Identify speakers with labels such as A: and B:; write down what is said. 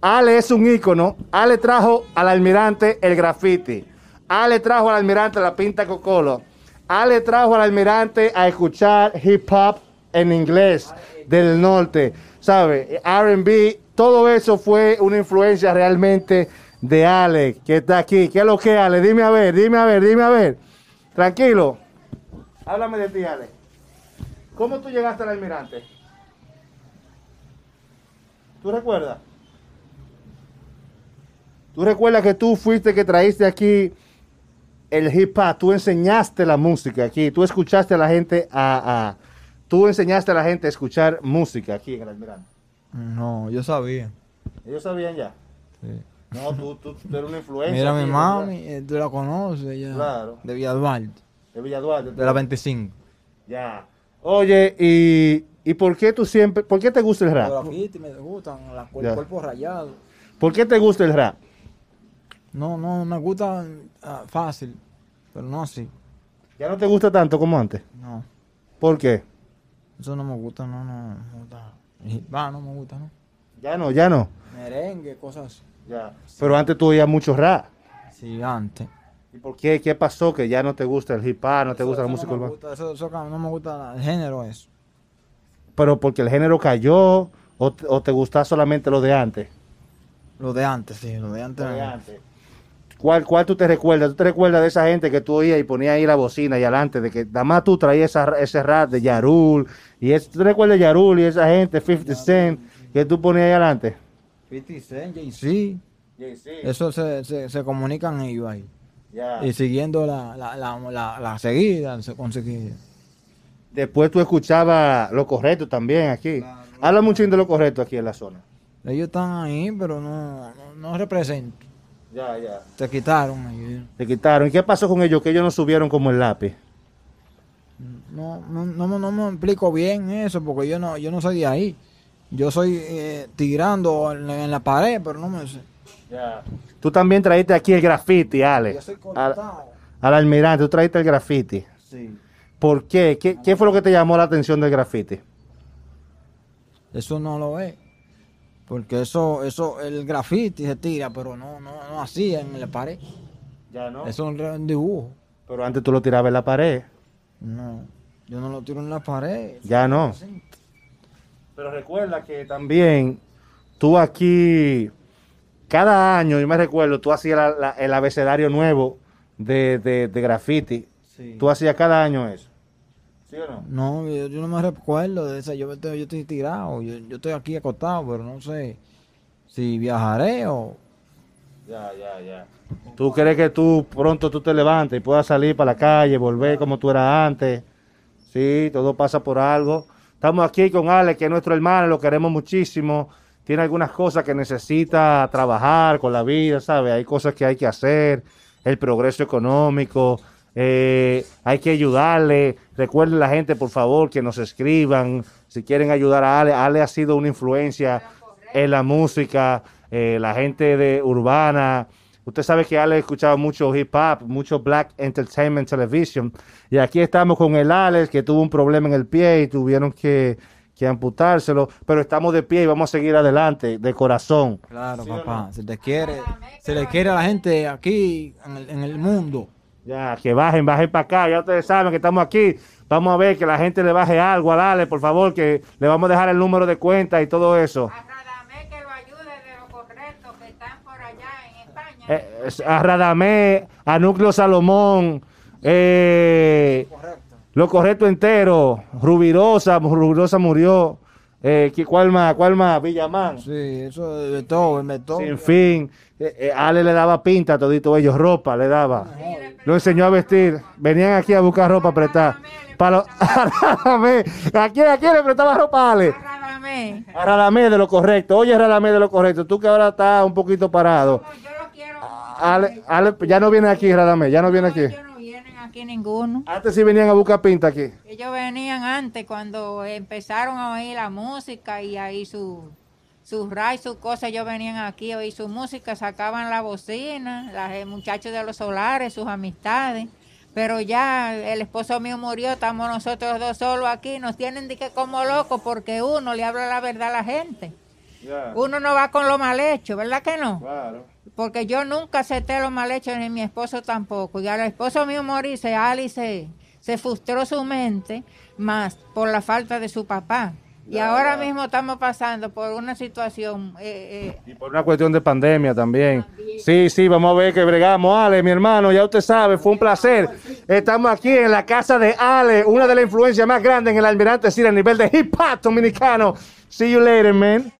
A: Ale es un ícono. Ale trajo al almirante el graffiti. Ale trajo al almirante la pinta cocolo. Ale trajo al almirante a escuchar hip hop en inglés del norte. ¿Sabe? RB, todo eso fue una influencia realmente de Ale, que está aquí. ¿Qué es lo que, Ale? Dime a ver, dime a ver, dime a ver. Tranquilo. Háblame de ti, Ale. ¿Cómo tú llegaste al almirante? ¿Tú recuerdas? ¿Tú recuerdas que tú fuiste que traíste aquí el hip hop? Tú enseñaste la música aquí. Tú escuchaste a la gente a... a tú enseñaste a la gente a escuchar música aquí en el almirante.
B: No, yo sabía.
A: Ellos sabían ya.
B: sí.
A: No, tú, tú, tú eres una influencia.
B: Mira mi
A: tío,
B: mami, eh, tú la conoces ya.
A: Pues, Claro.
B: De Villaduarte,
A: De Villaduarte.
B: de la 25.
A: Ya. Oye, y, ¿y por qué tú siempre, por qué te gusta el
C: Los
A: rap?
C: grafitis me gustan, la- el
A: Ya.
C: cuerpo rayado.
A: ¿Por qué te gusta el rap?
B: No, no, me gusta ah, fácil, pero no así.
A: Ya no te gusta tanto como antes.
B: No,
A: ¿Por qué?
B: eso no me gusta, no, no, me gusta. Y- Va, no me gusta, ¿no?
A: Ya no, ya no.
C: Merengue, cosas así.
A: Ya. Pero antes tú oías mucho rap.
B: Sí, antes.
A: ¿Y por qué? ¿Qué pasó que ya no te gusta el hip hop, no te
B: Eso-
A: gusta la
B: eso
A: música
B: no me
A: urbana?
B: gusta, eso, eso no me gusta la- el género eso.
A: Pero porque el género cayó o, te- o te gusta solamente lo de antes.
B: Lo de antes, sí, lo de antes. no.
A: ¿Cuál, ¿Cuál tú te recuerdas? ¿Tú te recuerdas de esa gente que tú oías y ponías ahí la bocina y adelante? De que nada más tú traías esa- ese rap de Yarul. Y es, ¿Tú te recuerdas de Yarul y esa gente, 50 Cent, que tú ponías ahí adelante?
B: 50 Cent, Jay-Z, eso se, se, se comunican ellos ahí. Y siguiendo la, la, la, la, la seguida, se- con seguida.
A: Después tú escuchabas lo correcto también aquí. Habla mucho de lo correcto aquí en la zona.
B: Ellos están ahí, pero no, no, no representan.
A: Ya, ya.
B: Te quitaron ellos.
A: Te quitaron. ¿Y qué pasó con ellos? Que ellos no subieron como el lápiz.
B: No, no, no, me- no me explico bien eso, porque yo no, yo no soy de ahí. Yo soy eh, tirando en, la- en la pared, pero no me sé.
A: Tú también traíste aquí el graffiti, Ale.
B: Yo soy
A: Al,
B: cortado.
A: al almirante, tú traíste el graffiti.
B: Sí.
A: ¿Por qué? qué? qué fue lo que te llamó la atención del graffiti?
B: Eso no lo es. Porque eso, eso, el graffiti se tira, pero no, no, no así en la pared.
A: Ya no.
B: Eso es un re- un dibujo.
A: Pero antes tú lo tirabas en la pared.
B: No, yo no lo tiro en la pared.
A: Ya no. Pero recuerda que también tú aquí, cada año, yo me recuerdo, tú hacías la- la- el abecedario nuevo de, de, de graffiti. Tú hacías cada año eso. ¿Sí o no?
B: No, yo, yo no me recuerdo de esa. Yo, me estoy- yo estoy tirado, yo, yo estoy aquí acostado, pero no sé si viajaré o.
A: Ya, ya, ya. ¿Tú crees que tú pronto tú te levantes y puedas salir para la calle, volver como tú eras antes? Sí, todo pasa por algo. Estamos aquí con Ale, que es nuestro hermano, lo queremos muchísimo. Tiene algunas cosas que necesita trabajar con la vida, ¿sabes? Hay cosas que hay que hacer, el progreso económico, eh, hay que ayudarle. Recuerden la gente, por favor, que nos escriban si quieren ayudar a Ale. Ale ha sido una influencia en la música, eh, la gente de urbana. Usted sabe que Ale ha escuchado mucho hip hop, mucho Black Entertainment Television. Y aquí estamos con el Alex, que tuvo un problema en el pie y tuvieron que, que amputárselo. Pero estamos de pie y vamos a seguir adelante, de corazón.
B: Claro, papá, si te quiere, se le quiere a la gente aquí en el, en el mundo.
A: Ya, que bajen, bajen para acá. Ya ustedes saben que estamos aquí. Vamos a ver que la gente le baje algo al Ale, por favor, que le vamos a dejar el número de cuenta y todo eso.
D: A Radamés que lo ayude de lo correcto que están por allá en España.
A: Eh, eh, a Radamé, a Núcleo Salomón, eh, lo correcto entero, Rubirosa, Rubirosa murió, eh, ¿qué- ¿cuál más? ¿Cuál más? Villamán,
B: Sí, eso de Beethoven, Beethoven.
A: sin fin, eh, eh, Ale le daba pinta a todito ellos, ropa le daba, lo enseñó a vestir, venían aquí a buscar ropa prestada, para lo- a Radamé, ¿a quién, a quién le prestaba ropa Ale?
D: A Radamés.
A: A Radamé de lo correcto, oye Radamé de lo correcto, tú que ahora estás un poquito parado,
D: Como yo lo quiero.
A: Ale, Ale, ya no viene aquí Radamé, ya no Ah, viene aquí.
D: Ellos no vienen aquí ninguno.
A: Antes sí venían a buscar pinta aquí.
D: Ellos venían antes cuando empezaron a oír la música y ahí su sus ray, sus cosas, ellos venían aquí a oír su música, sacaban la bocina, las eh, muchachos de los solares, sus amistades, pero ya el esposo mío murió, estamos nosotros dos solos aquí, nos tienen de que como locos porque uno le habla la verdad a la gente.
A: Ya.
D: Uno no va con lo mal hecho, ¿verdad que no?
A: Claro.
D: Porque yo nunca acepté lo mal hecho, ni mi esposo tampoco. Y al esposo mío morirse, Ali se, se frustró su mente más por la falta de su papá. Y
A: Ya,
D: ahora
A: ya.
D: mismo estamos pasando por una situación eh, eh,
A: Y por una cuestión de pandemia también. Sí, sí, vamos a ver que bregamos. Ale, mi hermano, ya usted sabe, fue un placer. Estamos aquí en la casa de Ale, una de las influencias más grandes en el almirante Cid a nivel de hip hop dominicano. See you later, man.